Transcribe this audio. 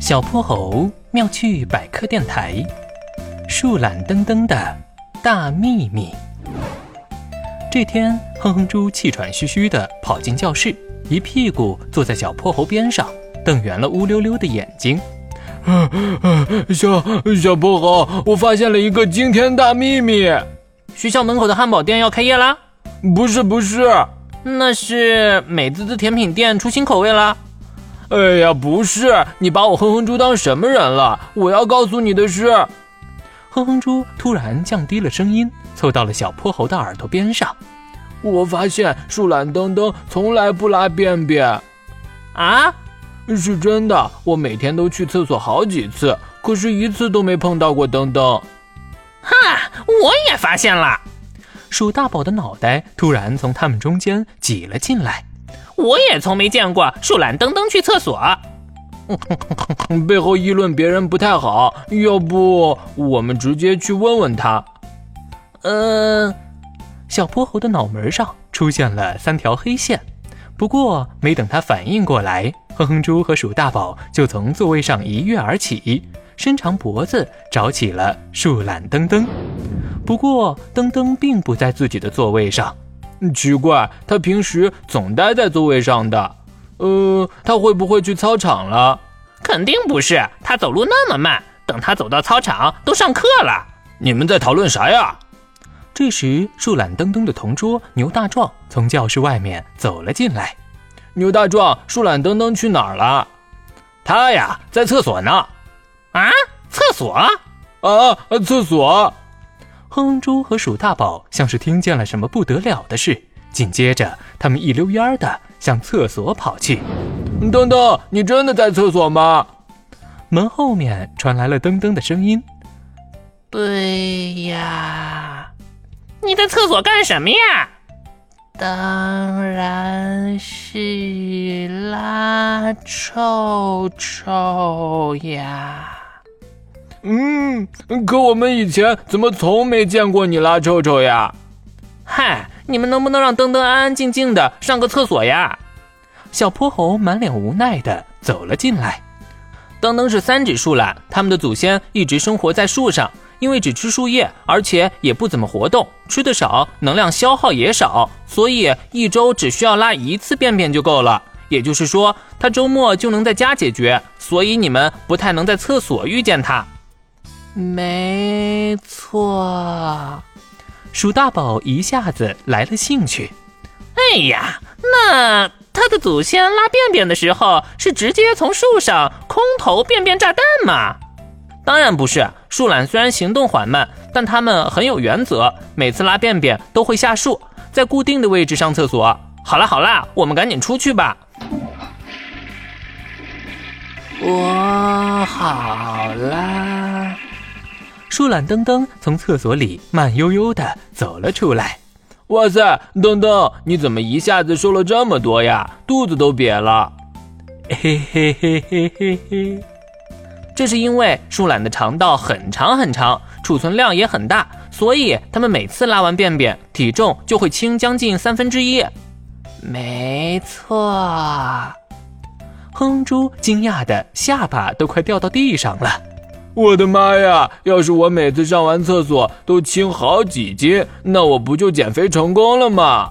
小泼猴妙趣百科电台，树懒登登的大秘密。这天，哼哼猪气喘吁吁地跑进教室，一屁股坐在小泼猴边上，瞪圆了乌溜溜的眼睛。小小泼猴，我发现了一个惊天大秘密！学校门口的汉堡店要开业啦？不是不是，那是美滋滋甜品店出新口味啦。哎呀，不是！你把我哼哼猪当什么人了？我要告诉你的是，哼哼猪突然降低了声音，凑到了小泼猴的耳朵边上。我发现树懒登登从来不拉便便，啊，是真的。我每天都去厕所好几次，可是一次都没碰到过登登。哈，我也发现了。鼠大宝的脑袋突然从他们中间挤了进来。我也从没见过树懒登登去厕所。 背后议论别人不太好，要不我们直接去问问他？呃，小泼猴的脑门上出现了三条黑线。不过没等他反应过来，哼哼猪和鼠大宝就从座位上一跃而起，伸长脖子找起了树懒登登。不过登登并不在自己的座位上。嗯奇怪，他平时总待在座位上的。呃，他会不会去操场了？肯定不是，他走路那么慢，等他走到操场都上课了。你们在讨论啥呀？这时，树懒登登的同桌牛大壮从教室外面走了进来。牛大壮，树懒登登去哪儿了？他呀，在厕所呢。啊，厕所？啊，厕所！哼哼猪和鼠大宝像是听见了什么不得了的事，紧接着他们一溜烟儿的向厕所跑去。登登，你真的在厕所吗？门后面传来了登登的声音。对呀，你在厕所干什么呀？当然是啊拉臭臭呀！嗯，可我们以前怎么从没见过你拉臭臭呀？嗨，你们能不能让登登安安静静的上个厕所呀？小泼猴满脸无奈的走了进来。登登是三指树懒，他们的祖先一直生活在树上，因为只吃树叶，而且也不怎么活动，吃的少，能量消耗也少，所以一周只需要拉一次便便就够了。也就是说，他周末就能在家解决，所以你们不太能在厕所遇见他。没错，鼠大宝一下子来了兴趣。哎呀，那他的祖先拉便便的时候是直接从树上空投便便炸弹吗？当然不是，树懒虽然行动缓慢，但它们很有原则，每次拉便便都会下树，在固定的位置上厕所。好啦好啦，我们赶紧出去吧。我好啦。树懒登登从厕所里慢悠悠地走了出来。哇塞，登登，你怎么一下子瘦了这么多呀？肚子都瘪了。嘿嘿嘿嘿嘿嘿。这是因为树懒的肠道很长很长，储存量也很大，所以它们每次拉完便便，体重就会轻将近三分之一。没错，哼猪惊讶的下巴都快掉到地上了。我的妈呀！要是我每次上完厕所都轻好几斤，那我不就减肥成功了吗？